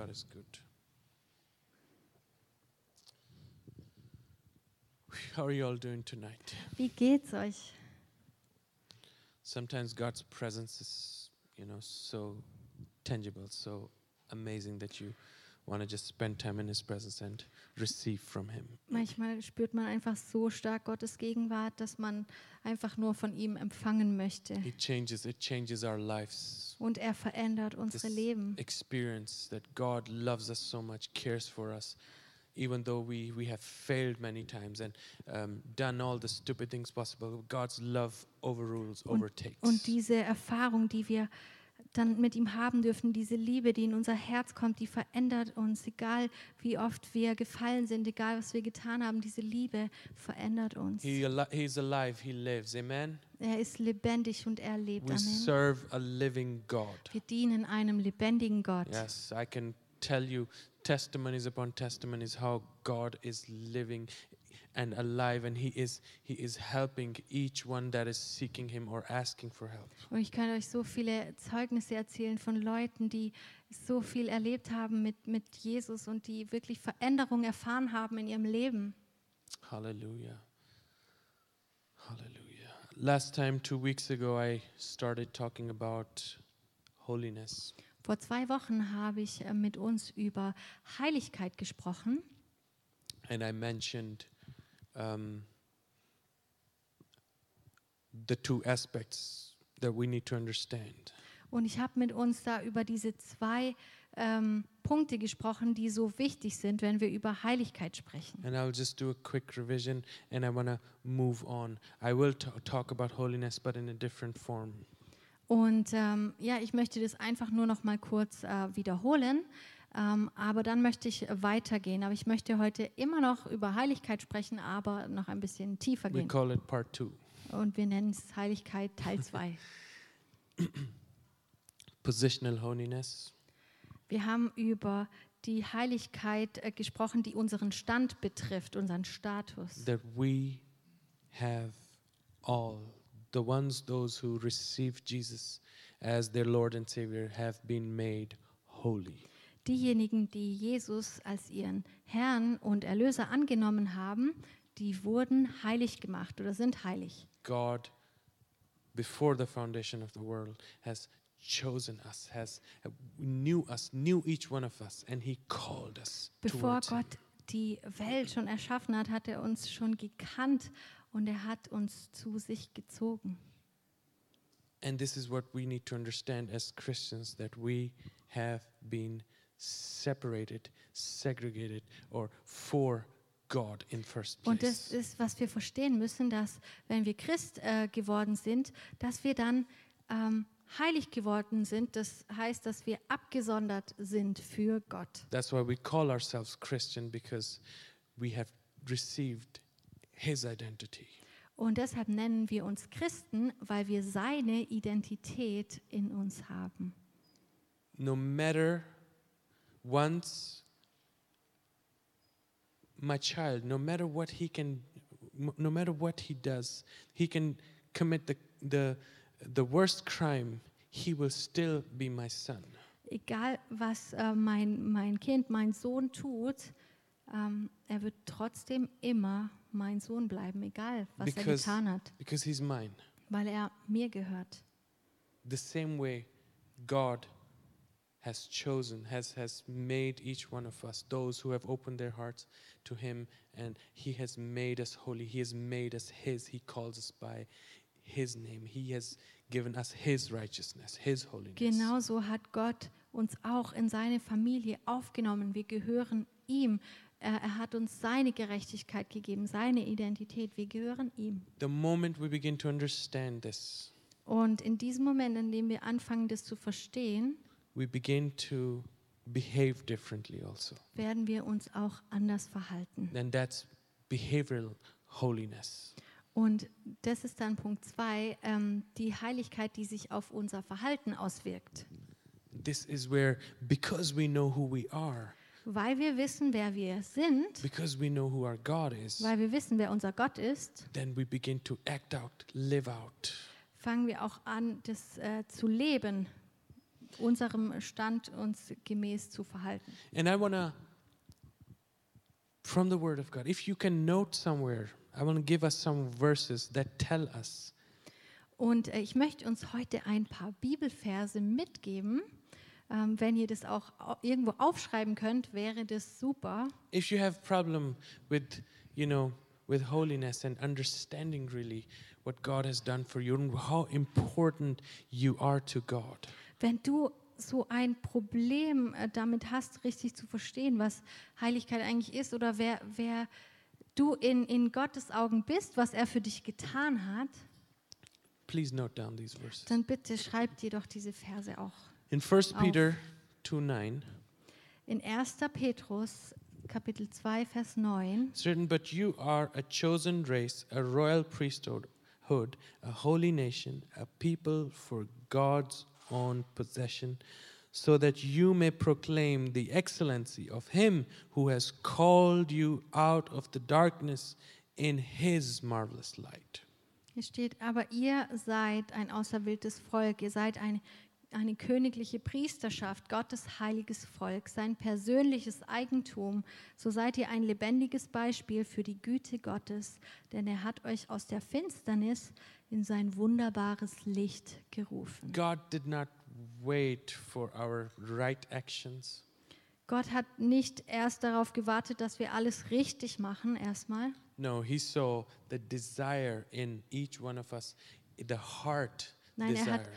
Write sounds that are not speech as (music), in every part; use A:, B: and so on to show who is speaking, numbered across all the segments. A: Alles gut. How are you all doing tonight?
B: Wie geht's euch?
A: Sometimes God's presence is, you know, so tangible, so amazing that you want to just spend time in His presence and receive from Him.
B: Manchmal spürt man einfach so stark Gottes Gegenwart, dass man einfach nur von ihm empfangen möchte.
A: It changes, it changes our lives.
B: Und er verändert unsere
A: This
B: Leben.
A: experience that God loves us so much, cares for us, even though we, we have failed many times and um, done all the stupid things possible. God's love overrules, overtakes.
B: Und diese Erfahrung, die wir dann mit ihm haben dürfen, diese Liebe, die in unser Herz kommt, die verändert uns, egal wie oft wir gefallen sind, egal was wir getan haben, diese Liebe verändert uns.
A: He ali- he's alive, he lives. Amen.
B: Er ist lebendig und er lebt.
A: We
B: Amen.
A: serve a living God.
B: Wir dienen einem lebendigen Gott.
A: Yes, I can tell you testimonies upon testimonies how God is living and alive and he is he is helping each one that is seeking him or asking for help.
B: Und ich kann euch so viele Zeugnisse erzählen von Leuten, die so viel erlebt haben mit, mit Jesus und die wirklich Veränderungen erfahren haben in ihrem Leben.
A: Hallelujah. Hallelujah. Last time 2 weeks ago I started talking about holiness.
B: Vor zwei Wochen habe ich äh, mit uns über Heiligkeit gesprochen
A: and I mentioned um, the two aspects that we need to understand.
B: und ich habe mit uns da über diese zwei ähm, Punkte gesprochen, die so wichtig sind, wenn wir über Heiligkeit sprechen.
A: And I'll just do a quick revision and I want to move on. I will t- talk about holiness, but in a different form.
B: Und ähm, ja, ich möchte das einfach nur noch mal kurz äh, wiederholen. Ähm, aber dann möchte ich weitergehen. Aber ich möchte heute immer noch über Heiligkeit sprechen, aber noch ein bisschen tiefer
A: We
B: gehen.
A: call it part two
B: Und wir nennen es Heiligkeit Teil 2.
A: positional holiness,
B: Wir haben über die Heiligkeit äh, gesprochen, die unseren Stand betrifft, unseren Status.
A: that we have all. The ones, those who receive Jesus as their Lord and Savior, have been made holy.
B: Diejenigen, die Jesus als ihren Herrn und Erlöser angenommen haben, die wurden heilig gemacht oder sind heilig.
A: God, before the foundation of the world, has chosen us, has uh, knew us, knew each one of us, and He called us
B: Bevor
A: towards Him.
B: Gott die Welt schon erschaffen hat, hat er uns schon gekannt und er hat uns zu sich gezogen.
A: And this is what we need to understand as Christians that we have been separated, segregated, or for God in first
B: Und das
A: place.
B: ist, was wir verstehen müssen, dass wenn wir Christ äh, geworden sind, dass wir dann ähm, heilig geworden sind. Das heißt, dass wir abgesondert sind für Gott.
A: That's why we call ourselves Christian because we have received His identity.
B: Und deshalb nennen wir uns Christen, weil wir seine Identität in uns haben.
A: no matter once my child no matter what he can m- no matter what he does he can commit the the the worst crime he will still be my son
B: Egal, was äh, mein, mein Kind, mein Sohn tut, ähm, er wird trotzdem immer mein Sohn bleiben, egal, was er
A: Because-
B: getan hat,
A: because he's mine
B: weil er mir gehört.
A: the same way god has chosen has has made each one of us those who have opened their hearts to him and he has made us holy he has made us his he calls us by his name he has given us his righteousness his holiness
B: Genauso hat Gott uns auch in seine Familie aufgenommen. Wir gehören ihm. Er, er hat uns seine Gerechtigkeit gegeben, seine Identität. Wir gehören ihm.
A: the moment we begin to understand this
B: Und in diesem Moment, in dem wir anfangen, das zu verstehen,
A: we begin to behave differently also
B: werden wir uns auch anders verhalten.
A: and that's behavioral holiness
B: Und das ist dann Punkt zwei, ähm, die Heiligkeit, die sich auf unser Verhalten auswirkt.
A: this is where because we know who we are
B: Weil wir wissen, wer wir sind,
A: because we know who our God is,
B: weil wir wissen, wer unser Gott ist,
A: then we begin to act out, live out.
B: fangen wir auch an, das äh, zu leben, unserem Stand uns gemäß zu verhalten.
A: And I want to, from the Word of God, if you can note somewhere, I want to give us some verses that tell us
B: Und äh, ich möchte uns heute ein paar Bibelverse mitgeben. Ähm, wenn ihr das auch au- irgendwo aufschreiben könnt, wäre das super.
A: if you have problem with you know with holiness and understanding really what god has done for you and how important you are to god
B: Wenn du so ein Problem äh, damit hast, richtig zu verstehen, was Heiligkeit eigentlich ist oder wer, wer du in, in Gottes Augen bist, was er für dich getan hat,
A: please note down these verses
B: dann bitte schreib dir doch diese Verse auch.
A: in 1
B: Auf.
A: peter 2 9
B: In 1. Petrus, Kapitel 2, Vers 9.
A: it's written but you are a chosen race a royal priesthood hood, a holy nation a people for god's own possession so that you may proclaim the excellency of him who has called you out of the darkness in his marvelous light
B: Hier steht, aber ihr seid ein auserwähltes Volk, ihr seid ein, eine königliche Priesterschaft, Gottes heiliges Volk, sein persönliches Eigentum. So seid ihr ein lebendiges Beispiel für die Güte Gottes, denn er hat euch aus der Finsternis in sein wunderbares Licht gerufen.
A: god did not wait for our right actions
B: Gott hat nicht erst darauf gewartet, dass wir alles richtig machen, erstmal,
A: no he saw the desire in each one of us the heart
B: Nein, er
A: desire
B: hat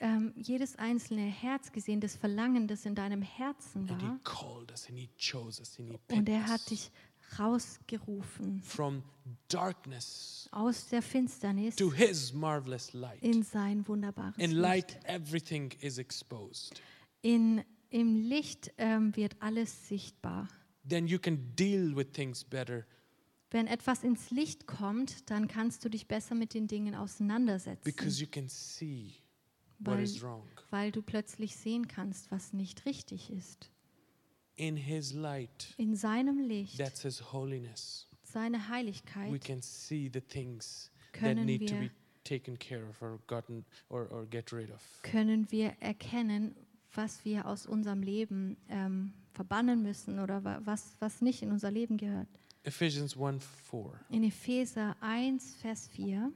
B: ähm, jedes einzelne Herz gesehen, das Verlangen, das in deinem Herzen
A: And he
B: war.
A: called us and he chose us Uh-huh. and he
B: Und
A: picked
B: er hat
A: us
B: dich rausgerufen
A: from darkness
B: aus der Finsternis
A: to his marvelous light.
B: in sein wunderbares
A: In light,
B: Licht.
A: everything is exposed.
B: In, Im Licht ähm, wird alles sichtbar.
A: Then you can deal with things better
B: Wenn etwas ins Licht kommt, dann kannst du dich besser mit den Dingen auseinandersetzen,
A: because you can see what
B: Weil-
A: is wrong.
B: weil du plötzlich sehen kannst, was nicht richtig ist.
A: In his light,
B: In seinem Licht,
A: that's his holiness.
B: seine
A: We
B: Heiligkeit,
A: can see the things that
B: Können
A: need to
B: wir-
A: be taken care of or gotten or, or get rid of.
B: können wir erkennen, was wir aus unserem Leben ähm, verbannen müssen oder wa- was, was nicht in unser Leben gehört.
A: Ephesians 1 4.
B: In Epheser 1, Vers 4.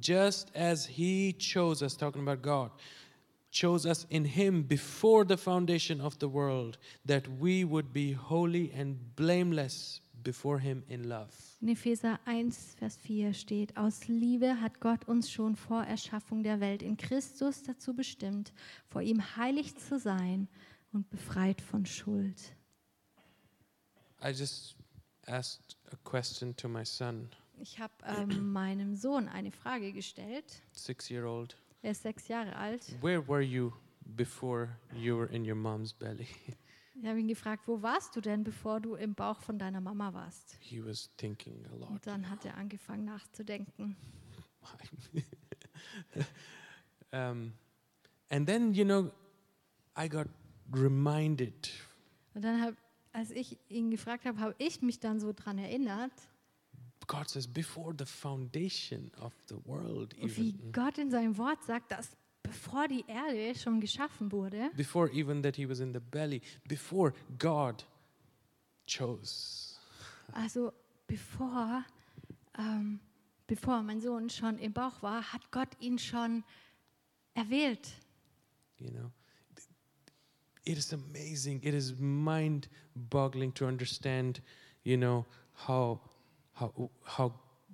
A: just as he chose us talking about god chose us in him before the foundation of the world that we would be holy and blameless before him in love
B: In Epheser 1, Vers 4 steht, aus Liebe hat Gott uns schon vor Erschaffung der Welt in Christus dazu bestimmt, vor ihm heilig zu sein und befreit von Schuld.
A: i just asked a question to my son
B: Ich habe ähm, meinem Sohn eine Frage gestellt.
A: 6 year old
B: Er ist sechs Jahre alt.
A: where were you before you were in your mom's belly (laughs)
B: Ich habe ihn gefragt, wo warst du denn, bevor du im Bauch von deiner Mama warst?
A: he was thinking a lot
B: Und dann hat er angefangen nachzudenken.
A: (laughs) um, and then you know i got reminded
B: Und dann habe, als ich ihn gefragt habe, habe ich mich dann so dran erinnert,
A: God says, before the foundation of the world,
B: wie
A: even
B: Gott in seinem Wort sagt, dass bevor die Erde schon geschaffen wurde,
A: before even that he was in the belly, before God chose.
B: also bevor, ähm, bevor mein Sohn schon im Bauch war, hat Gott ihn schon erwählt.
A: You know, it is amazing. It is mind-boggling to understand. You know how how how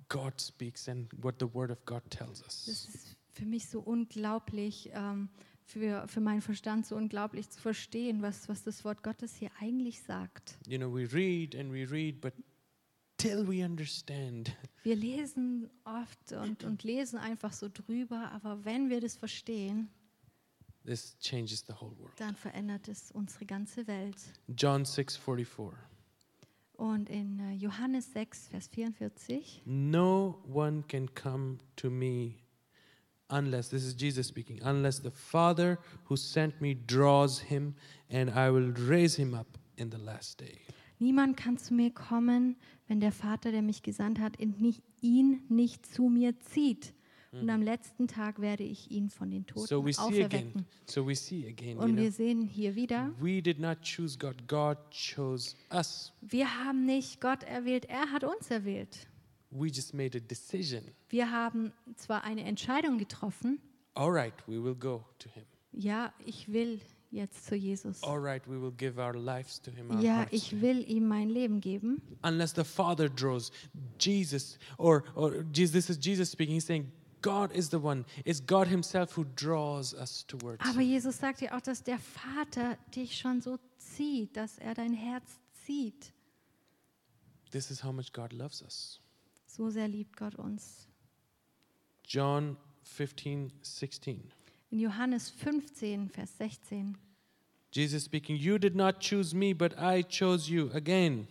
A: God speaks and what the Word of God tells
B: Das
A: us.
B: ist für mich so unglaublich, ähm, für, für meinen Verstand so unglaublich zu verstehen, was, was das Wort Gottes hier eigentlich sagt.
A: You know, we read and we read, but till we understand,
B: Wir lesen oft und, und lesen einfach so drüber, aber wenn wir das verstehen,
A: this changes the whole world.
B: dann verändert es unsere ganze Welt.
A: John six forty four.
B: Und in äh, Johannes 6, Vers 44,
A: No one can come to me unless, this is Jesus speaking, unless the Father who sent me draws him, and I will raise him up in the last day.
B: niemand kann zu mir kommen, wenn der Vater, der mich gesandt hat, in- nicht- ihn nicht zu mir zieht. und am letzten Tag werde ich ihn von den Toten
A: Mhm. So we see again. Mhm.
B: auferwecken.
A: So we see again. You
B: Und wir
A: know,
B: sehen hier wieder,
A: we did not choose God. God chose us.
B: wir haben nicht Gott erwählt, er hat uns erwählt.
A: We just made a decision.
B: Wir haben zwar eine Entscheidung getroffen,
A: All right, we will go to Him.
B: ja, ich will jetzt zu Jesus.
A: All right, we will give our lives to Him. Our
B: Ja,
A: hearts.
B: ich will ihm mein Leben geben.
A: Unless the Father draws Jesus, or or Jesus, this is Jesus speaking. He's saying. God is the one. It's God Himself who draws us towards.
B: Aber Jesus sagt ja auch, dass der Vater dich schon so zieht, dass er dein Herz zieht.
A: This is how much God loves us.
B: So sehr liebt Gott uns.
A: John 15, 16.
B: In Johannes 15, Vers 16.
A: Jesus speaking, You did not choose me, but I chose you again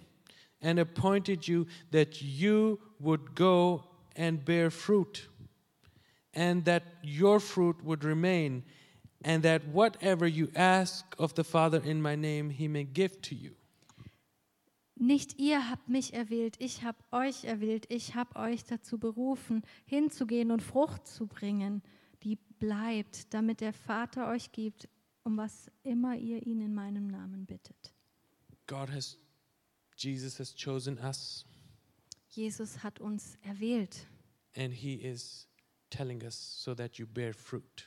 A: and appointed you that you would go and bear fruit, and that your fruit would remain, and that whatever you ask of the Father in my name, he may give to you.
B: Nicht ihr habt mich erwählt, ich hab euch erwählt, ich hab euch dazu berufen, hinzugehen und Frucht zu bringen, die bleibt, damit der Vater euch gibt, um was immer ihr ihn in meinem Namen bittet.
A: God has, Jesus has chosen us,
B: Jesus hat uns erwählt
A: and he is telling us so that you bear fruit,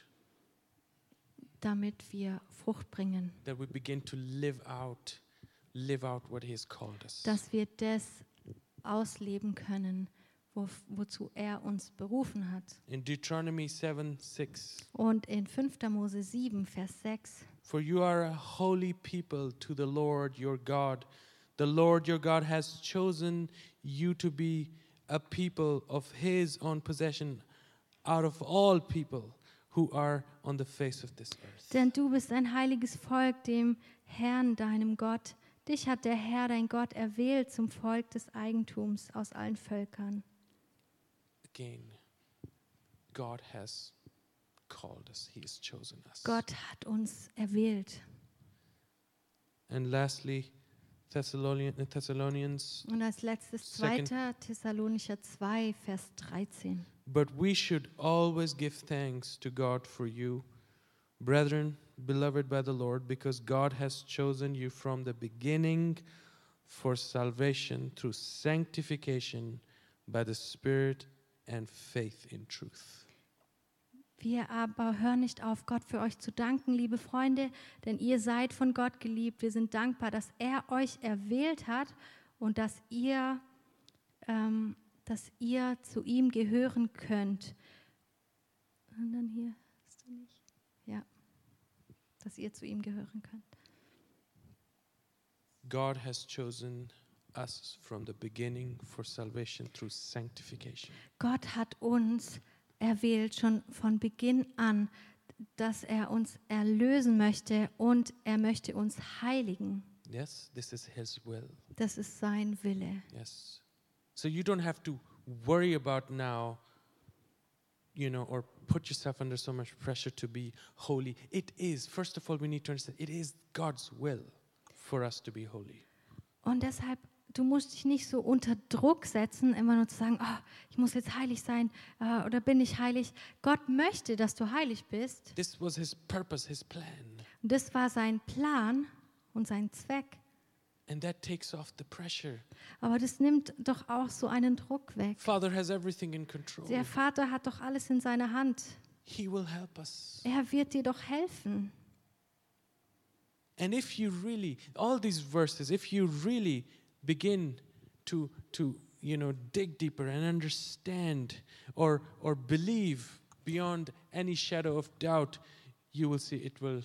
B: damit wir Frucht bringen,
A: that we begin to live out. Live out what he has called us.
B: dass wir das ausleben können, wo, wozu er uns berufen hat.
A: In Deuteronomy 7 6,
B: Und in 5. Mose 7, Vers 6
A: for you are a holy people to the Lord your God. The Lord your God has chosen you to be a people of his own possession out of all people who are on the face of this earth.
B: Denn du bist ein heiliges Volk dem Herrn, deinem Gott. Dich hat der Herr, dein Gott, erwählt zum Volk des Eigentums aus allen Völkern.
A: Again, God has called us, he has chosen us.
B: Gott hat uns erwählt.
A: And lastly, Thessalonian- Thessalonians
B: Und als letztes
A: Second-
B: 2. Thessalonicher 2, Vers 13.
A: But we should always give thanks to God for you, brethren, beloved by the Lord, because God has chosen you from the beginning for salvation through sanctification by the Spirit and faith in truth.
B: Wir aber hören nicht auf, Gott für euch zu danken, liebe Freunde, denn ihr seid von Gott geliebt. Wir sind dankbar, dass er euch erwählt hat und dass ihr, ähm, dass ihr zu ihm gehören könnt. Und dann hier hast du nicht. Ja, dass ihr zu ihm gehören könnt.
A: God has chosen us from the beginning for salvation through sanctification.
B: Gott hat uns erwählt schon von Beginn an, dass er uns erlösen möchte und er möchte uns heiligen.
A: Yes, this is His will.
B: Das ist sein Wille.
A: Yes. So you don't have to worry about now, you know, or put yourself under so much pressure to be holy. It is, first of all, we need to understand it is God's will for us to be holy.
B: Und deshalb, du musst dich nicht so unter Druck setzen, immer nur zu sagen, oh, ich muss jetzt heilig sein äh, oder bin ich heilig. Gott möchte, dass du heilig bist.
A: This was His purpose, His plan.
B: Und das war sein Plan und sein Zweck.
A: And that takes off the pressure.
B: Aber das nimmt doch auch so einen Druck weg.
A: Father has everything in control.
B: Der Vater hat doch alles in seiner Hand.
A: He will help us.
B: Er wird dir doch helfen.
A: And if you really, all these verses, if you really begin to to you know dig deeper and understand or or believe beyond any shadow of doubt, you will see it will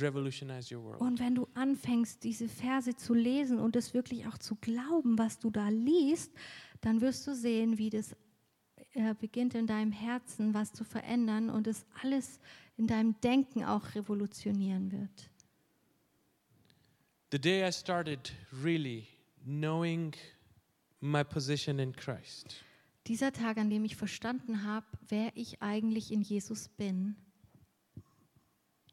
A: revolutionize your world.
B: Und wenn du anfängst, diese Verse zu lesen und es wirklich auch zu glauben, was du da liest, dann wirst du sehen, wie das äh, beginnt in deinem Herzen was zu verändern und es alles in deinem Denken auch revolutionieren wird.
A: The day I started really knowing my position in Christ,
B: Dieser Tag, an dem ich verstanden habe, wer ich eigentlich in Jesus bin,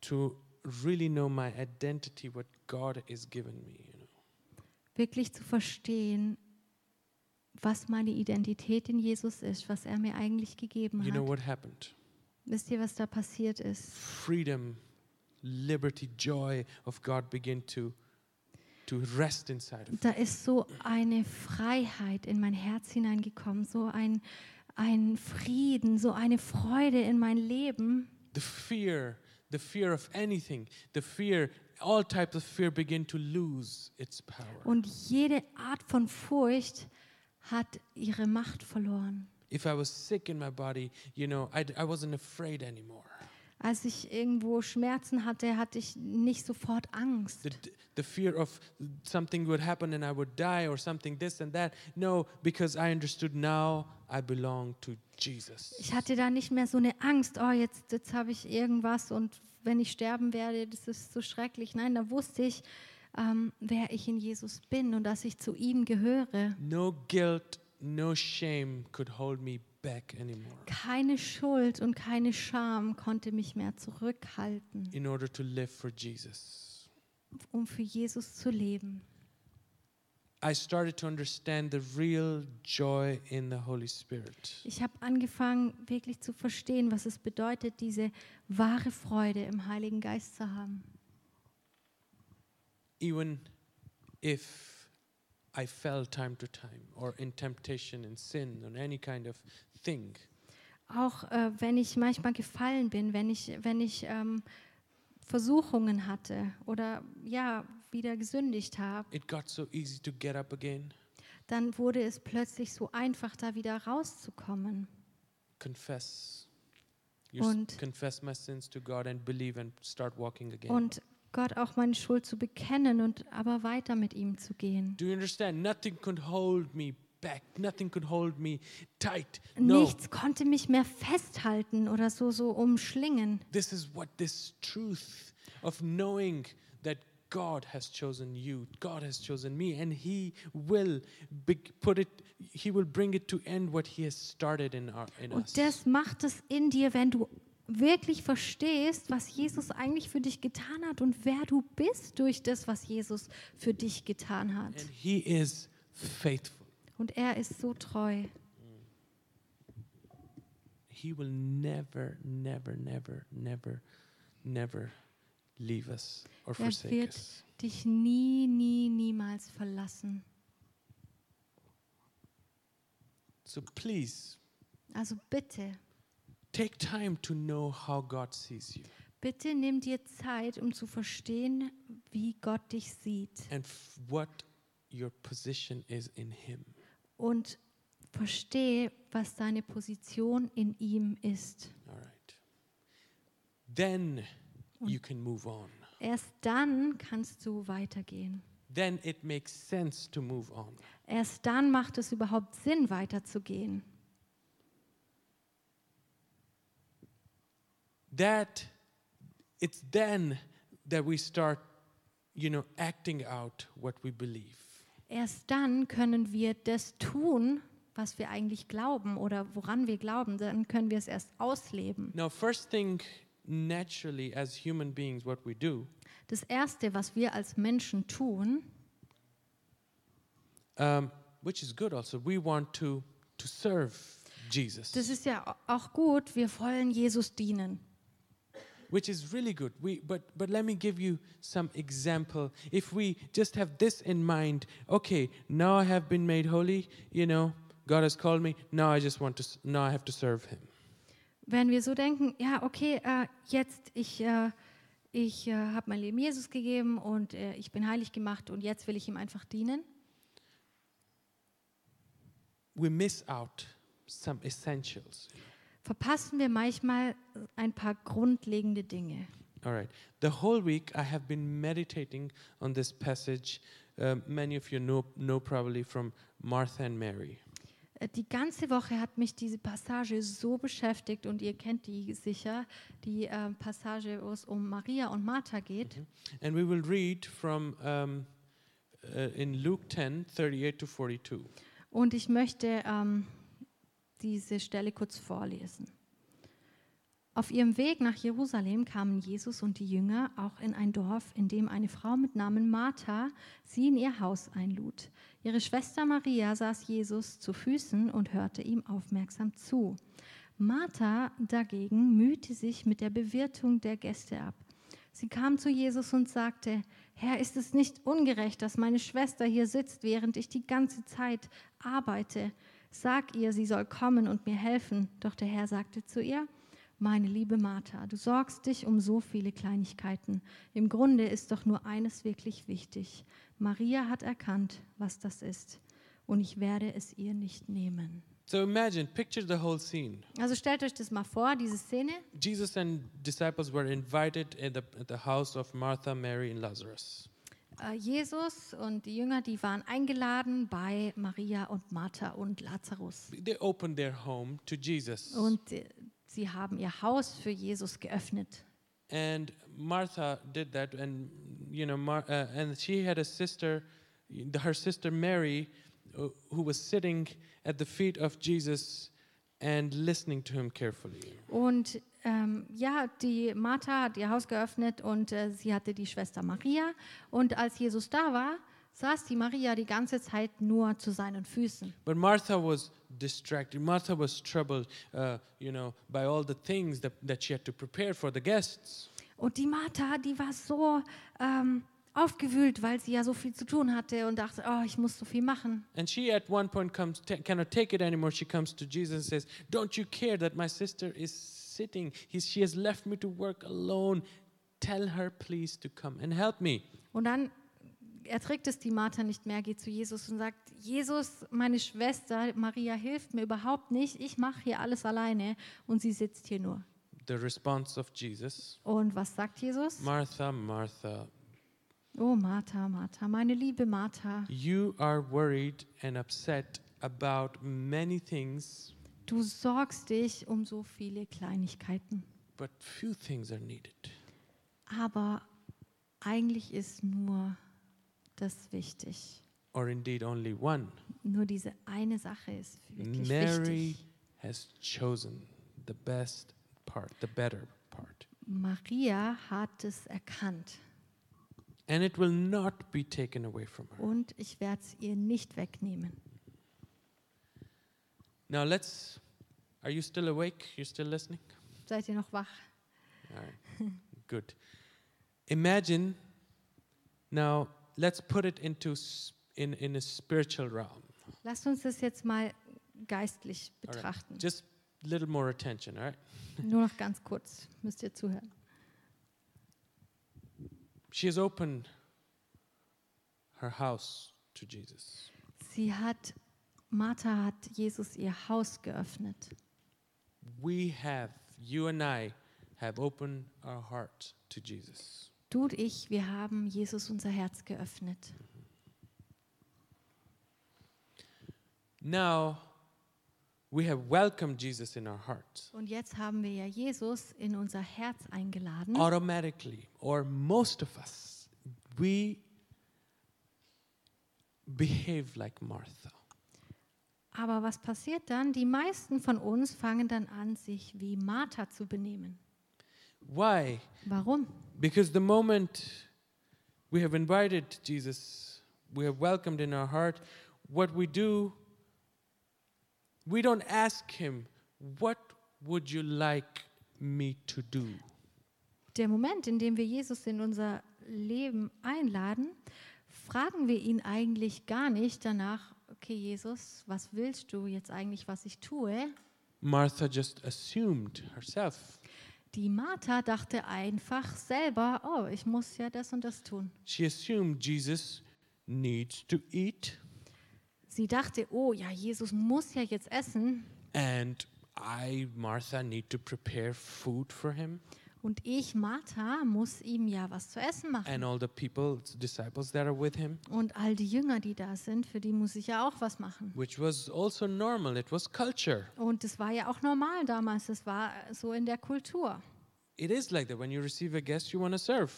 A: to really know my identity, what God has given me, you know.
B: wirklich zu verstehen, was meine Identität in Jesus ist, was er mir eigentlich gegeben
A: You know
B: hat.
A: what happened?
B: Wisst ihr, was da passiert ist?
A: Freedom, liberty, joy of God begin to to rest inside of
B: Da ist so eine Freiheit in mein Herz hineingekommen, so ein, ein Frieden, so eine Freude in mein Leben.
A: the fear, the fear of anything, the fear, all types of fear begin to lose its power.
B: Und jede Art von Furcht hat ihre Macht verloren.
A: If I was sick in my body, you know, I, I wasn't afraid anymore.
B: Als ich irgendwo Schmerzen hatte, hatte ich nicht sofort Angst.
A: The, the fear of something would happen and I would die or something this and that. No, because I understood now I belong to Jesus.
B: Ich hatte da nicht mehr so eine Angst, oh, jetzt, jetzt habe ich irgendwas und wenn ich sterben werde, das ist so schrecklich. Nein, da wusste ich, ähm, wer ich in Jesus bin und dass ich zu ihm gehöre.
A: No guilt, no shame could hold me back anymore
B: Keine Schuld und keine Scham konnte mich mehr zurückhalten,
A: in order to live for Jesus.
B: um für Jesus zu leben.
A: I started to understand the real joy in the Holy Spirit.
B: Ich habe angefangen, wirklich zu verstehen, was es bedeutet, diese wahre Freude im Heiligen Geist zu haben.
A: Even if I fell time to time or in temptation and sin on any kind of thing,
B: Auch äh, wenn ich manchmal gefallen bin, wenn ich, wenn ich ähm, Versuchungen hatte oder ja, wieder gesündigt habe,
A: it got so easy to get up again,
B: dann wurde es plötzlich so einfach, da wieder rauszukommen.
A: confess. You s-
B: Und-
A: confess my sins to God and believe and start walking again.
B: und Gott auch meine Schuld zu bekennen und aber weiter mit ihm zu gehen.
A: Do you understand? Nothing could hold me back. Nothing could hold me tight. No.
B: Nichts konnte mich mehr festhalten oder so so umschlingen.
A: This is what this truth of knowing that God has chosen you, God has chosen me, and He will be- put it. He will bring it to end what He has started in our in us.
B: Und das macht es in dir, wenn du wirklich verstehst, was Jesus eigentlich für dich getan hat und wer du bist durch das, was Jesus für dich getan hat.
A: and He is faithful.
B: Und er ist so treu.
A: He will never, never, never, never, never leave us or
B: Er
A: forsake
B: wird
A: us.
B: dich nie, nie, niemals verlassen.
A: So please
B: Also bitte,
A: take time to know how God sees you.
B: bitte nimm dir Zeit, um zu verstehen, wie Gott dich sieht.
A: and f- what your position is in Him.
B: und verstehe, was deine Position in ihm ist.
A: All right. Then you can move on.
B: Erst dann kannst du weitergehen.
A: Then it makes sense to move on.
B: Erst dann macht es überhaupt Sinn, weiterzugehen.
A: That it's then that we start, you know, acting out what we believe.
B: Erst dann können wir das tun, was wir eigentlich glauben oder woran wir glauben. Dann können wir es erst ausleben.
A: Now, first thing naturally as human beings what we do
B: Das Erste, was wir als Menschen tun,
A: um, which is good also we want to to serve jesus
B: das ist ja au- auch gut, wir wollen Jesus dienen.
A: which is really good. We, but, but let me give you some example. If we just have this in mind, okay, now I have been made holy, you know, God has called me, now I just want to, s- now I have to serve him.
B: Wenn wir so denken, ja, okay, äh, jetzt ich, äh, ich äh, habe mein Leben Jesus gegeben und äh, ich bin heilig gemacht und jetzt will ich ihm einfach dienen,
A: We miss out some essentials.
B: verpassen wir manchmal äh, ein paar grundlegende Dinge.
A: All right. The whole week I have been meditating on this passage. Um, many of you know, know probably from Martha and Mary.
B: Äh, Die ganze Woche hat mich diese Passage so beschäftigt und ihr kennt die sicher, die äh, Passage, wo es um Maria und Martha geht.
A: And we will read from um, uh, in Luke 10 38 to 42.
B: Und ich möchte ähm, diese Stelle kurz vorlesen. Auf ihrem Weg nach Jerusalem kamen Jesus und die Jünger auch in ein Dorf, in dem eine Frau mit Namen Martha sie in ihr Haus einlud. Ihre Schwester Maria saß Jesus zu Füßen und hörte ihm aufmerksam zu. Martha dagegen mühte sich mit der Bewirtung der Gäste ab. Sie kam zu Jesus und sagte, Herr, ist es nicht ungerecht, dass meine Schwester hier sitzt, während ich die ganze Zeit arbeite? Sag ihr, sie soll kommen und mir helfen. Doch der Herr sagte zu ihr, meine liebe Martha, du sorgst dich um so viele Kleinigkeiten. Im Grunde ist doch nur eines wirklich wichtig. Maria hat erkannt, was das ist, und ich werde es ihr nicht nehmen.
A: So imagine, picture the whole scene.
B: Also stellt euch das mal vor, diese Szene.
A: Jesus and disciples were invited at the, at the house of Martha, Mary, and Lazarus.
B: Äh, Jesus und die Jünger, die waren eingeladen bei Maria und Martha und Lazarus.
A: They opened their home to Jesus.
B: Und äh, sie haben ihr Haus für Jesus geöffnet.
A: and Martha did that, and you know, Mar- uh, and she had a sister, th- her sister Mary, uh, who was sitting at the feet of Jesus and listening to him carefully.
B: Und ähm, ja, die Martha hat ihr Haus geöffnet und äh, sie hatte die Schwester Maria. Und als Jesus da war, saß die Maria die ganze Zeit nur zu seinen Füßen.
A: But Martha was distracted. Martha was troubled, uh, you know, by all the things that, that she had to prepare for the guests.
B: Und die Martha, die war so ähm, aufgewühlt, weil sie ja so viel zu tun hatte und dachte, oh, ich muss so viel machen.
A: And she at one point comes, ta cannot take it anymore. She comes to Jesus and says, Don't you care that my sister is sitting? He, she has left me to work alone. Tell her, please, to come and help me.
B: Und dann erträgt es die Martha nicht mehr, geht zu Jesus und sagt, Jesus, meine Schwester Maria hilft mir überhaupt nicht, ich mache hier alles alleine und sie sitzt hier nur.
A: The response of Jesus
B: Und was sagt Jesus?
A: Martha, Martha,
B: Oh Martha, Martha, meine liebe Martha,
A: you are worried and upset about many things,
B: du sorgst dich um so viele Kleinigkeiten.
A: but few things are needed.
B: Aber eigentlich ist nur das wichtig.
A: Or indeed, only one.
B: Nur diese eine Sache ist wirklich
A: Mary
B: wichtig.
A: has chosen the best part, the better part.
B: Maria hat es erkannt
A: and it will not be taken away from her.
B: und ich werde es ihr nicht wegnehmen.
A: Now let's. Are you still awake? You're still listening?
B: Seid ihr noch wach?
A: All right. Good. Imagine. Now let's put it into s- in in a spiritual realm.
B: Lasst uns das jetzt mal geistlich
A: All right.
B: betrachten.
A: Just a little more attention. All right.
B: (laughs) Nur noch ganz kurz müsst ihr zuhören.
A: She has opened her house to Jesus.
B: Sie hat, Martha hat Jesus ihr Haus geöffnet.
A: We have you and I have opened our heart to Jesus.
B: Du und ich, wir haben Jesus unser Herz geöffnet.
A: Now we have welcomed Jesus in our heart.
B: Und jetzt haben wir ja Jesus in unser Herz eingeladen.
A: Oh. automatically, or most of us, we behave like Martha.
B: Aber was passiert dann? Die meisten von uns fangen dann an, sich wie Martha zu benehmen.
A: Why?
B: Warum?
A: Because the moment we have invited Jesus, we have welcomed in our heart, what we do, we don't ask him, What would you like me to do?
B: Der Moment, in dem wir Jesus in unser Leben einladen, fragen wir ihn eigentlich gar nicht danach, okay Jesus, was willst du jetzt eigentlich, was ich tue?
A: Martha just assumed herself.
B: Die Martha dachte einfach selber, oh, ich muss ja das und das tun.
A: She assumed Jesus needs to eat.
B: Sie dachte, oh ja, Jesus muss ja jetzt essen
A: And I, Martha, need to prepare food for him
B: und ich, Martha, muss ihm ja was zu essen machen.
A: and all the people, disciples that are with him,
B: Und all die Jünger, die da sind, für die muss ich ja auch was machen.
A: which was also normal. It was culture.
B: Und das war ja auch normal damals, das war so in der Kultur.
A: It is like that. When you receive a guest, you want to serve.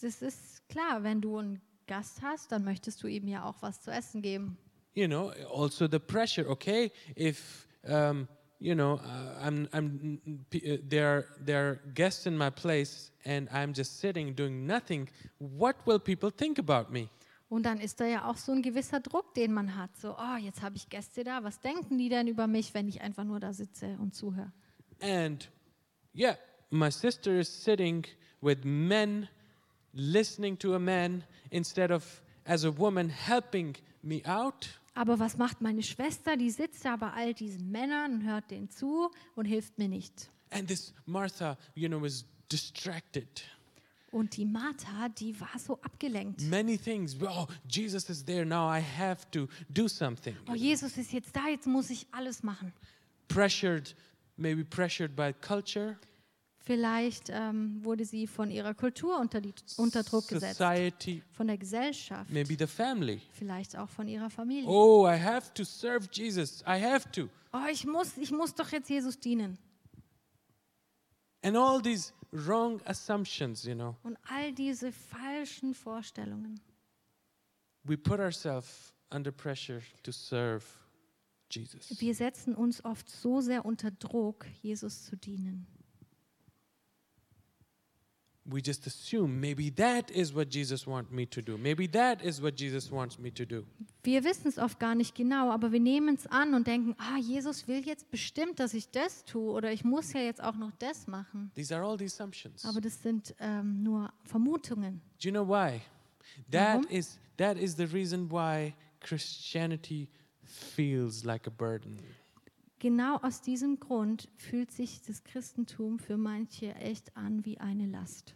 B: Das ist klar, wenn du einen Gast hast, dann möchtest du ihm ja auch was zu essen geben.
A: You know, also the pressure. Okay, if um, you know, uh, I'm, I'm, n- p- uh, they're, they're guests in my place and I'm just sitting doing nothing, what will people think about me?
B: Und dann ist da ja auch so ein gewisser Druck, den man hat. So, oh, jetzt habe ich Gäste da. Was denken die denn über mich, wenn ich einfach nur da sitze und zuhöre?
A: And yeah, my sister is sitting with men, listening to a man instead of as a woman helping me out.
B: Aber was macht meine Schwester? Die sitzt da bei all diesen Männern und hört denen zu und hilft mir nicht.
A: And this Martha, you know, is distracted.
B: Und die Martha, die war so abgelenkt.
A: Many things. Oh, Jesus is there now. I have to do something.
B: Oh, Jesus ist jetzt da, jetzt muss ich alles machen.
A: Pressured, maybe pressured by culture,
B: Vielleicht ähm, wurde sie von ihrer Kultur unter, die, unter Druck gesetzt,
A: society,
B: von der Gesellschaft,
A: maybe the family.
B: vielleicht auch von ihrer Familie. Oh,
A: Oh, I have to serve Jesus. I have to.
B: ich, muss, ich muss doch jetzt Jesus dienen.
A: And all these wrong assumptions, you know.
B: Und all diese falschen Vorstellungen.
A: we put ourselves under pressure to serve Jesus.
B: Wir setzen uns oft so sehr unter Druck, Jesus zu dienen.
A: We just assume maybe that is what Jesus wants me to do. Maybe that is what Jesus wants me to do.
B: Wir wissen es oft gar nicht genau, aber wir nehmen es an und denken, ah, Jesus will jetzt bestimmt, dass ich das tue oder ich muss ja jetzt auch noch das machen.
A: These are all the assumptions.
B: Aber das sind ähm, nur Vermutungen.
A: do you know why? That is
B: Warum?
A: that is the reason why Christianity feels like a burden.
B: Genau aus diesem Grund fühlt sich das Christentum für manche echt an wie eine Last.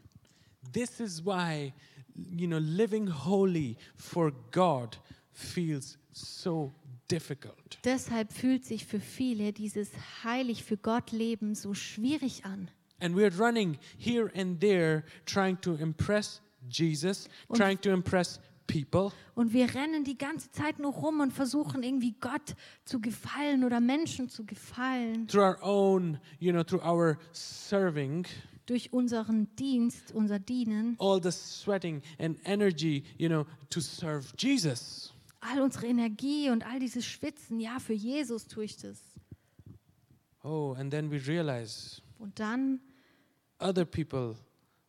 A: This is why you know living holy for God feels so difficult.
B: Deshalb fühlt sich für viele dieses heilig für Gott Leben so schwierig an.
A: And we're running here and there trying to impress Jesus, trying to impress people.
B: Und wir rennen die ganze Zeit nur rum und versuchen irgendwie Gott zu gefallen oder Menschen zu gefallen
A: Through our own, you know, through our serving,
B: durch unseren Dienst, unser Dienen.
A: all the sweating and energy, you know, to serve Jesus.
B: All unsere Energie und all dieses Schwitzen, ja, für Jesus tue ich das.
A: Oh, and then we realize
B: Und dann,
A: other people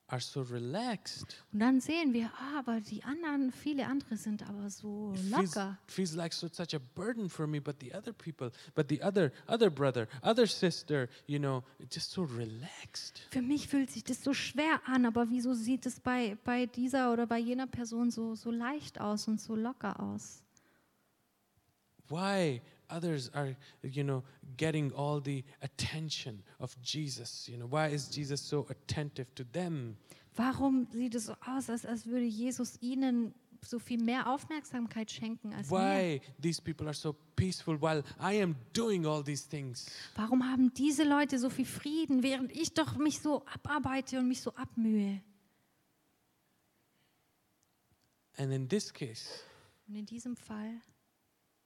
A: are so relaxed.
B: und dann sehen wir, ah, aber die anderen, viele andere sind aber so
A: It feels,
B: locker.
A: feels like so, such a burden for me, but the other people, but the other other brother, other sister, you know, just so relaxed.
B: Für mich fühlt sich das so schwer an, aber wieso sieht es bei, bei dieser oder bei jener Person so, so leicht aus und so locker aus?
A: why others are you know getting all the attention of jesus you know why is jesus so attentive to them
B: Warum sieht es so aus, als, als würde Jesus ihnen so viel mehr Aufmerksamkeit schenken als mir?
A: why these people are so peaceful while i am doing all these things
B: Warum haben diese Leute so viel Frieden, während ich doch mich so abarbeite und mich so abmühe?
A: and in this case
B: Und in diesem Fall,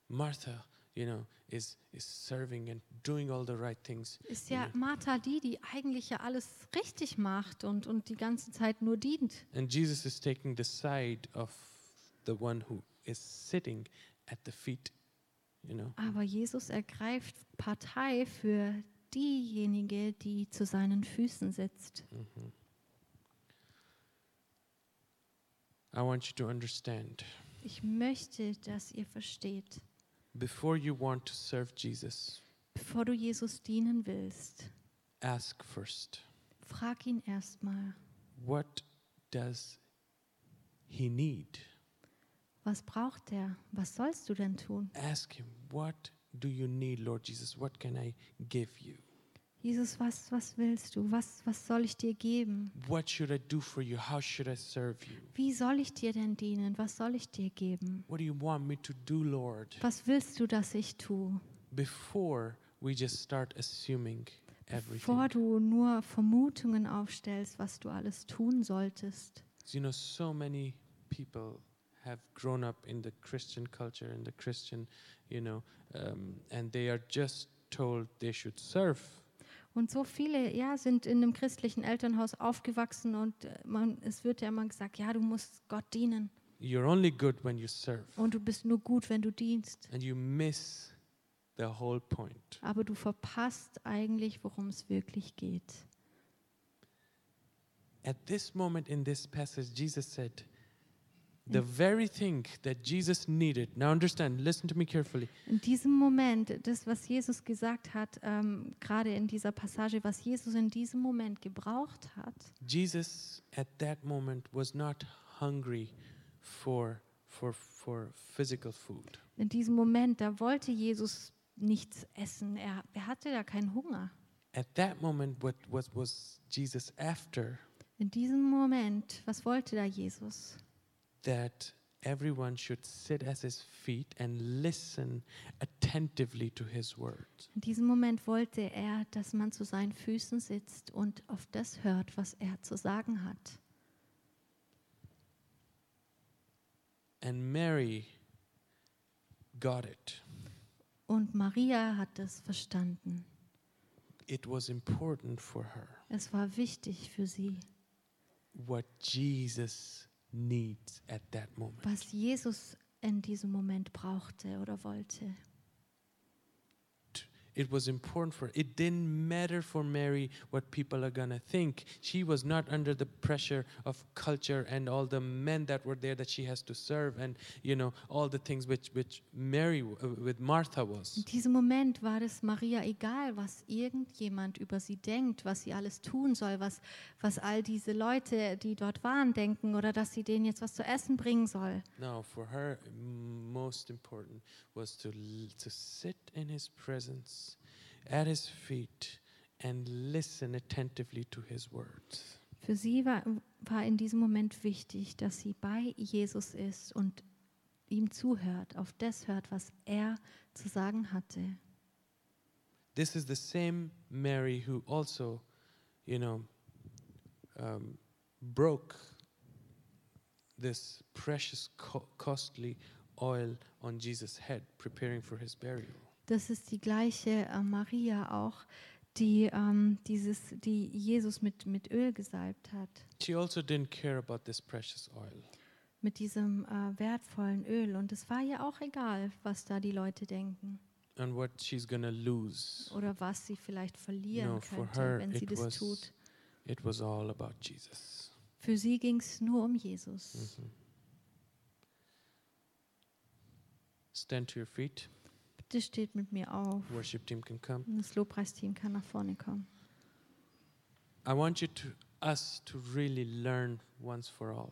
A: martha you know is is serving and doing all the right things
B: ist
A: you
B: ja
A: know.
B: Martha die, die eigentlich ja alles richtig macht und, und die ganze Zeit nur dient.
A: and jesus is taking the side of the one who is sitting at the feet you know
B: Aber Jesus ergreift Partei für diejenige, die zu seinen Füßen sitzt.
A: i want you to understand
B: Ich möchte, dass ihr versteht,
A: before you want to serve jesus
B: bevor du Jesus dienen willst,
A: ask first
B: frag ihn erstmal.
A: what does he need
B: Was braucht er? Was sollst du denn tun?
A: ask him what do you need lord jesus what can i give you
B: Jesus, was, was willst du? Was, was soll ich dir geben?
A: what should i do for you how should i serve you
B: Wie soll ich dir denn dienen? Was soll ich dir geben?
A: what do you want me to do lord
B: Was willst du, dass ich tue?
A: before we just start assuming
B: Bevor
A: everything
B: du nur Vermutungen aufstellst, was du alles tun solltest.
A: you know so many people have grown up in the christian culture in the christian you know um, and they are just told they should serve
B: Und so viele ja, sind in einem christlichen Elternhaus aufgewachsen und äh, man, es wird ja immer gesagt, ja, du musst Gott dienen
A: you're only good when you serve
B: und du bist nur gut, wenn du dienst.
A: and you miss the whole point.
B: aber du verpasst eigentlich, worum es wirklich geht.
A: At this moment in this passage, Jesus said, the very thing that Jesus needed. Now understand, listen to me carefully.
B: In diesem Moment, das, was Jesus gesagt hat, ähm, gerade in dieser Passage, was Jesus in diesem Moment gebraucht hat,
A: Jesus at that moment was not hungry for for for physical food.
B: in diesem Moment, da wollte Jesus nichts essen. Er, er hatte da keinen Hunger.
A: At that moment what what was Jesus after
B: In diesem Moment, was wollte da Jesus?
A: that everyone should sit at his feet and listen attentively to his words.
B: In diesem Moment wollte er, dass man zu seinen Füßen sitzt und auf das hört, was er zu sagen hat.
A: And Mary got it.
B: Und Maria hat es verstanden.
A: It was important for her
B: Es war wichtig für sie,
A: what Jesus needs at that moment.
B: was Jesus in diesem Moment brauchte oder wollte.
A: It was important for it didn't matter for Mary what people are gonna think. She was not under the pressure of culture and all the men that were there that she has to serve and you know all the things which which Mary w- uh, with Martha was.
B: In diesem Moment war es Maria egal, was irgendjemand über sie denkt, was sie alles tun soll, was, was all diese Leute, die dort waren, denken oder dass sie denen jetzt was zu essen bringen soll.
A: No, for her m- most important was to l- to sit in his presence at his feet and listen attentively to his words.
B: Für sie war, war in diesem Moment wichtig, dass sie bei Jesus ist und ihm zuhört, auf das hört, was er zu sagen hatte.
A: this is the same Mary who also, you know, um, broke this precious, co- costly oil on Jesus' head, preparing for his burial.
B: Das ist die gleiche äh, Maria auch, die, ähm, dieses, die Jesus mit, mit Öl gesalbt hat,
A: She also didn't care about this precious oil.
B: mit diesem äh, wertvollen Öl. Und es war ihr auch egal, was da die Leute denken
A: And what she's gonna lose.
B: oder was sie vielleicht verlieren
A: No, for
B: könnte,
A: her
B: wenn sie
A: it
B: das
A: was
B: tut.
A: it was all about Jesus.
B: Für sie ging es nur um Jesus.
A: Mhm. Stand to your feet.
B: Bitte steht mit mir auf.
A: Worship team can come.
B: Und das Lobpreisteam kann nach vorne kommen.
A: I want you to us to really learn once for all.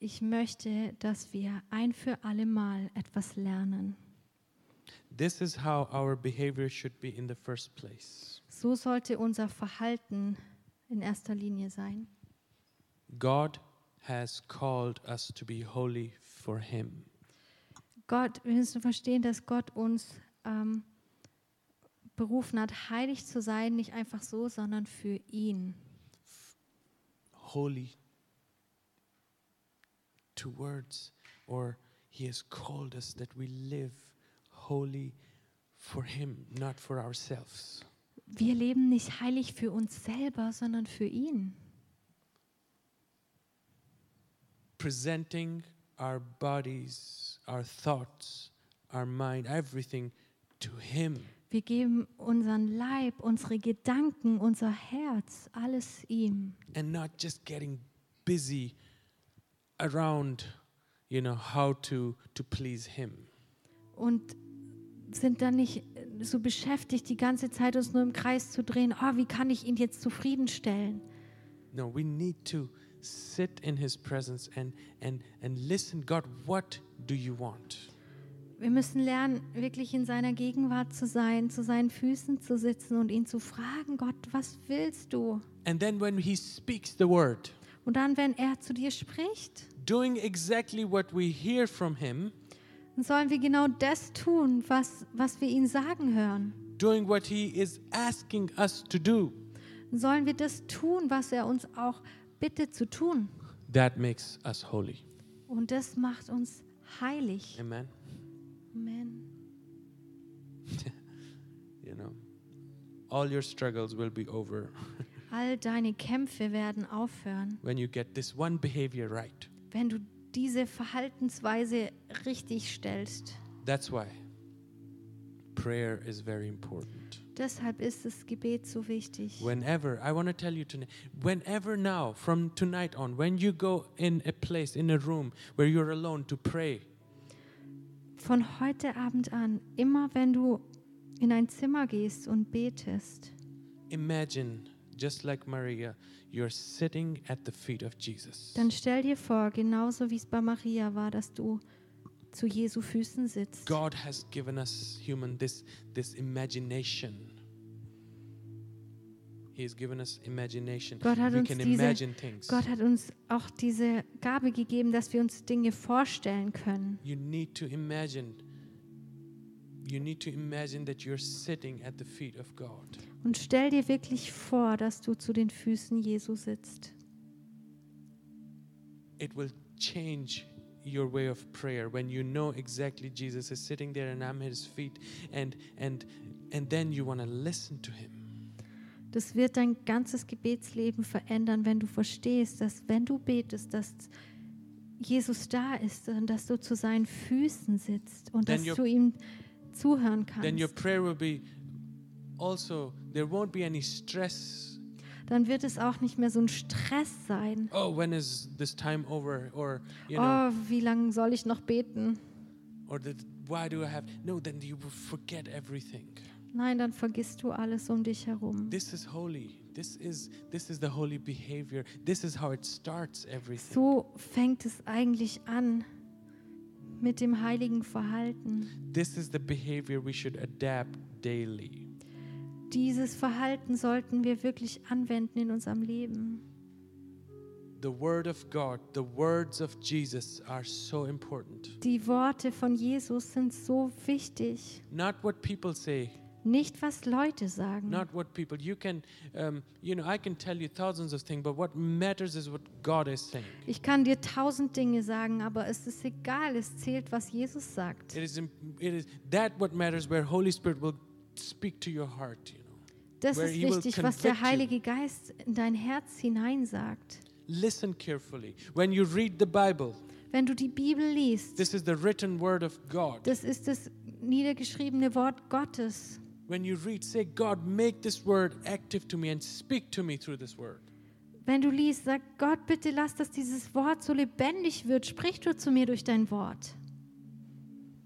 B: Ich möchte, dass wir ein für alle Mal etwas lernen.
A: This is how our behavior should be in the first place.
B: So sollte unser Verhalten in erster Linie sein.
A: God has called us to be holy for Him.
B: Gott, wir müssen verstehen, dass Gott uns ähm, berufen hat, heilig zu sein, nicht einfach so, sondern für ihn.
A: Holy towards, or He has called us that we live holy for Him, not for ourselves.
B: Wir leben nicht heilig für uns selber, sondern für ihn.
A: Presenting our bodies, our thoughts, our mind, everything to Him.
B: Wir geben unseren Leib, unsere Gedanken, unser Herz, alles ihm.
A: and not just getting busy around you know how to to please him
B: und sind dann nicht so beschäftigt, die ganze Zeit uns nur im Kreis zu drehen. Oh, wie kann ich ihn jetzt zufriedenstellen?
A: no we need to sit in his presence and and and listen god what do you want
B: Wir müssen lernen, wirklich in seiner Gegenwart zu sein, zu seinen Füßen zu sitzen und ihn zu fragen, Gott, was willst du?
A: and then when he speaks the word
B: Und dann, wenn er zu dir spricht,
A: doing exactly what we hear from him
B: dann sollen wir genau das tun, was, was wir ihn sagen hören.
A: doing what he is asking us to do
B: Dann sollen wir das tun, was er uns auch bittet zu tun.
A: that makes us holy
B: Und das macht uns heilig.
A: amen
B: Amen.
A: you know all your struggles will be over
B: All deine Kämpfe werden aufhören.
A: when you get this one behavior right
B: wenn du diese Verhaltensweise richtig stellst.
A: That's why prayer is very important.
B: Deshalb ist das Gebet so wichtig.
A: Whenever, I want to tell you tonight, whenever now, from tonight on, when you go in a place, in a room where you're alone to pray,
B: Von heute Abend an, immer wenn du in ein Zimmer gehst und betest,
A: imagine, just like Maria, you're sitting at the feet of Jesus.
B: dann stell dir vor, genauso wie es bei Maria war, dass du zu Jesu Füßen sitzt.
A: God has given us human this this imagination. He has given us imagination.
B: Gott hat
A: we
B: uns
A: can
B: diese-
A: imagine things.
B: Gott hat uns auch diese Gabe gegeben, dass wir uns Dinge vorstellen können.
A: you need to imagine. You need to imagine that you're sitting at the feet of God.
B: Und stell dir wirklich vor, dass du zu den Füßen Jesu sitzt.
A: It will change your way of prayer when you know exactly Jesus is sitting there and I'm at his feet and and and then you want to listen to him.
B: Das wird dein ganzes Gebetsleben verändern, wenn du verstehst, dass wenn du betest, dass Jesus da ist und dass du zu seinen Füßen sitzt und
A: Then
B: dass
A: your-
B: du ihm zuhören
A: Then your
B: kannst.
A: prayer will be also there won't be any stress
B: Dann wird es auch nicht mehr so ein Stress sein.
A: oh when is this time over or you know
B: Oh, wie lange soll ich noch beten?
A: or the, why do i have no then you will forget everything
B: Nein, dann vergisst du alles um dich herum.
A: this is holy this is this is the holy behavior this is how it starts everything
B: So fängt es eigentlich an mit dem heiligen Verhalten.
A: this is the behavior we should adapt daily
B: Dieses Verhalten sollten wir wirklich anwenden in unserem Leben.
A: the word of god the words of jesus are so important
B: Die Worte von Jesus sind so wichtig.
A: not what people say
B: Nicht, was Leute sagen.
A: not what people you can um, you know i can tell you thousands of things but what matters is what god is saying
B: Ich kann dir tausend Dinge sagen, aber es ist egal. Es zählt, was Jesus sagt.
A: It is, im- it is that what matters where Holy Spirit will speak to your heart, you know.
B: Das
A: where
B: ist
A: he will
B: wichtig, was der
A: convict you.
B: Heilige Geist in dein Herz hineinsagt.
A: Listen carefully. When you read the Bible,
B: Wenn du die Bibel liest,
A: this is the written word of God.
B: das ist das niedergeschriebene Wort Gottes.
A: When you read, say, God, make this word active to me and speak to me through this word.
B: Wenn du liest, sag Gott, bitte lass, dass dieses Wort so lebendig wird. Sprich du zu mir durch dein Wort.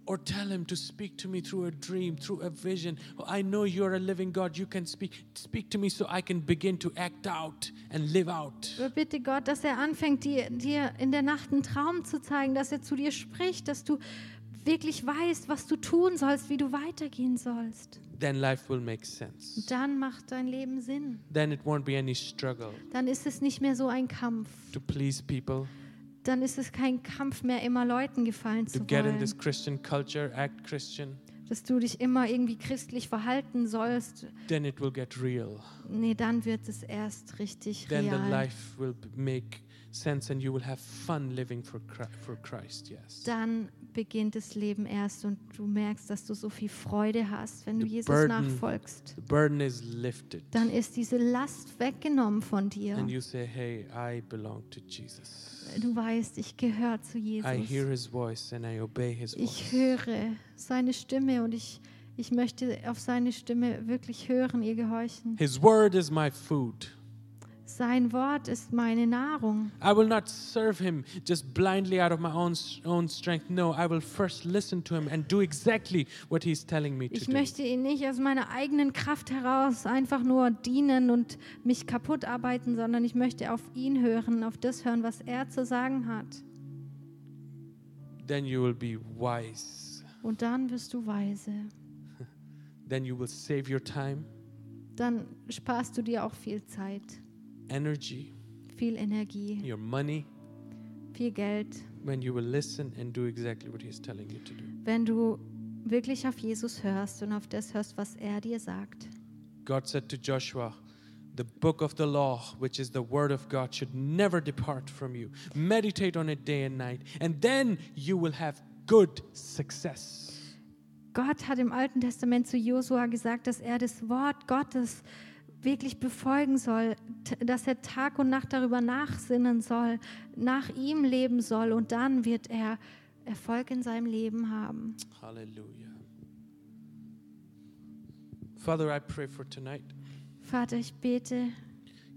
A: Or tell him to speak to me through a dream, through a vision. Oh, I know you're a living God. You can speak. Speak to me so I can begin to act out and live out.
B: Oder Bitte Gott, dass er anfängt, dir, dir in der Nacht einen Traum zu zeigen, dass er zu dir spricht, dass du wirklich weißt, was du tun sollst, wie du weitergehen sollst.
A: Then life will make sense.
B: Dann macht dein Leben Sinn.
A: Then it won't be any struggle
B: Dann ist es nicht mehr so ein Kampf.
A: to please people.
B: Dann ist es kein Kampf mehr, immer Leuten gefallen
A: to
B: zu
A: get in this
B: wollen.
A: Christian culture, act Christian,
B: Dass du dich immer irgendwie christlich verhalten sollst.
A: then it will get real.
B: Nee, dann wird es erst richtig
A: Then the
B: real.
A: life will b- make sense and you will have fun living for Christ, for Christ yes.
B: Dann beginnt das Leben erst und du merkst, dass du so viel Freude hast, wenn du
A: The
B: Jesus
A: burden-
B: nachfolgst.
A: The burden is lifted.
B: dann ist diese Last weggenommen von dir.
A: And you say, hey, I belong to Jesus.
B: Du weißt, ich gehöre zu
A: I hear
B: Jesus.
A: his voice and I obey his
B: Ich
A: voice.
B: höre seine Stimme und ich, ich möchte auf seine Stimme wirklich hören, ihr gehorchen.
A: His word is my food.
B: Sein Wort ist meine Nahrung.
A: I will not serve him just blindly out of my own s- own strength. No, I will first listen to him and do exactly what he's telling me to
B: Ich
A: do.
B: möchte ihn nicht aus meiner eigenen Kraft heraus einfach nur dienen und mich kaputt arbeiten, sondern ich möchte auf ihn hören, auf das hören, was er zu sagen hat.
A: Then you will be wise.
B: Und dann wirst du weise.
A: then you will save your time,
B: Dann sparst du dir auch viel Zeit,
A: energy,
B: viel Energie.
A: your money
B: viel Geld,
A: when you will listen and do exactly what He's telling you to do.
B: wenn du wirklich auf Jesus hörst und auf das hörst, was er dir sagt.
A: God said to Joshua, the book of the law, which is the word of God, should never depart from you. Meditate on it day and night, and then you will have good success.
B: Gott hat im Alten Testament zu Josua gesagt, dass er das Wort Gottes wirklich befolgen soll, t- dass er Tag und Nacht darüber nachsinnen soll, nach ihm leben soll und dann wird er Erfolg in seinem Leben haben.
A: Hallelujah. Father, I pray for tonight.
B: Vater, ich bete,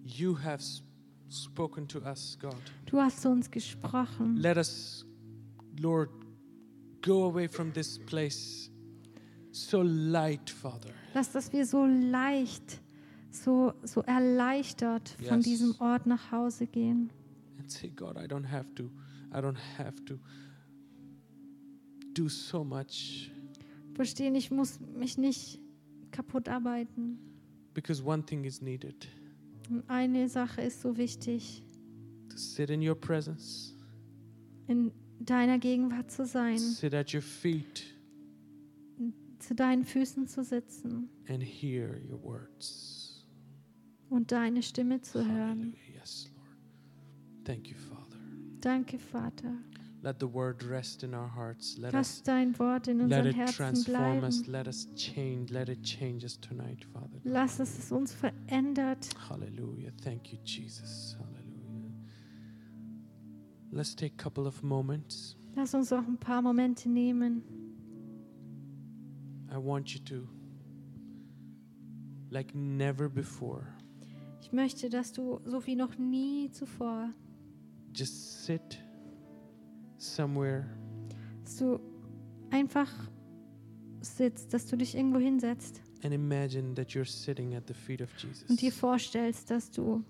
A: You have s- spoken to us, God.
B: du hast zu uns gesprochen.
A: Let us, Lord, go away from this place so light, Father.
B: Lass, dass wir so leicht, so, so erleichtert von
A: Yes.
B: diesem Ort nach Hause gehen.
A: And say, God, I don't have to, I don't have to do so much.
B: Verstehen, ich muss mich nicht kaputt arbeiten.
A: Because one thing is needed
B: Und eine Sache ist so wichtig,
A: to sit in your presence,
B: in deiner Gegenwart zu sein,
A: sit at your feet,
B: zu deinen Füßen zu sitzen
A: and hear your words.
B: und deine Stimme zu hören.
A: Hallelujah. Yes, Lord. Thank you, Father.
B: Danke, Vater.
A: Let the word rest in our hearts. Let us
B: Lass dein Wort in
A: Let
B: unseren
A: it
B: Herzen
A: transform us.
B: bleiben.
A: Let us change. Let it change us tonight, Father. God.
B: Lass, dass es uns verändert.
A: Hallelujah. Thank you, Jesus. Hallelujah. Let's take a couple of moments.
B: Lass uns auch ein paar Momente nehmen.
A: I want you to, like never before,
B: Ich möchte, dass du so wie noch nie zuvor,
A: just sit somewhere
B: dass du einfach sitzt, dass du dich irgendwo hinsetzt
A: and imagine that you're sitting at the feet of
B: und dir
A: Jesus.
B: vorstellst, dass du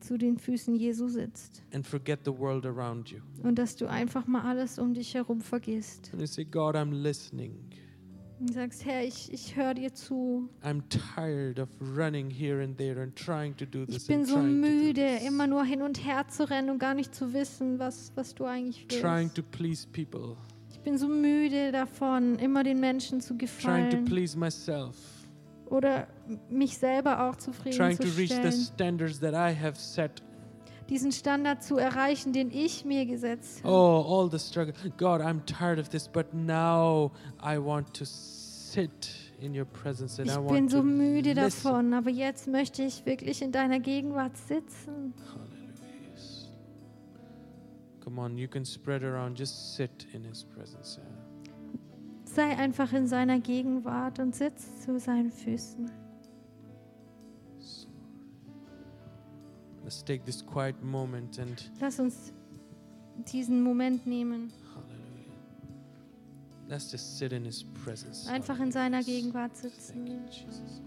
B: zu den Füßen Jesu sitzt
A: And forget the world around you.
B: und dass du einfach mal alles um dich herum vergisst
A: And you say, God, I'm listening.
B: und sagst, Herr, ich, ich höre dir zu.
A: I'm tired of running here and there and trying to do
B: Ich
A: this
B: bin
A: and
B: so
A: trying to do
B: müde,
A: this.
B: immer nur hin und her zu rennen und gar nicht zu wissen, was, was du eigentlich
A: trying
B: willst.
A: to please people,
B: Ich bin so müde davon, immer den Menschen zu
A: trying to
B: gefallen
A: please myself,
B: oder mich selber auch zufrieden
A: trying
B: zu
A: to reach the
B: stellen,
A: standards that I have set.
B: diesen Standard zu erreichen, den ich mir gesetzt
A: Oh,
B: habe.
A: all the struggle. God, I'm tired of this, but now I want to sit in your presence and
B: Ich
A: I
B: bin
A: want
B: so
A: to
B: müde
A: listen.
B: davon, aber jetzt möchte ich wirklich in deiner Gegenwart sitzen.
A: Hallelujah, yes. Come on, you can spread around. Just sit in His presence. yeah.
B: Sei einfach in seiner Gegenwart und sitz zu seinen Füßen.
A: Let's take this quiet moment and
B: Lass uns diesen Moment nehmen,
A: Hallelujah. Let's just sit in His presence.
B: einfach
A: Hallelujah,
B: in seiner
A: yes.
B: Gegenwart
A: Thank you,
B: sitzen.
A: Jesus.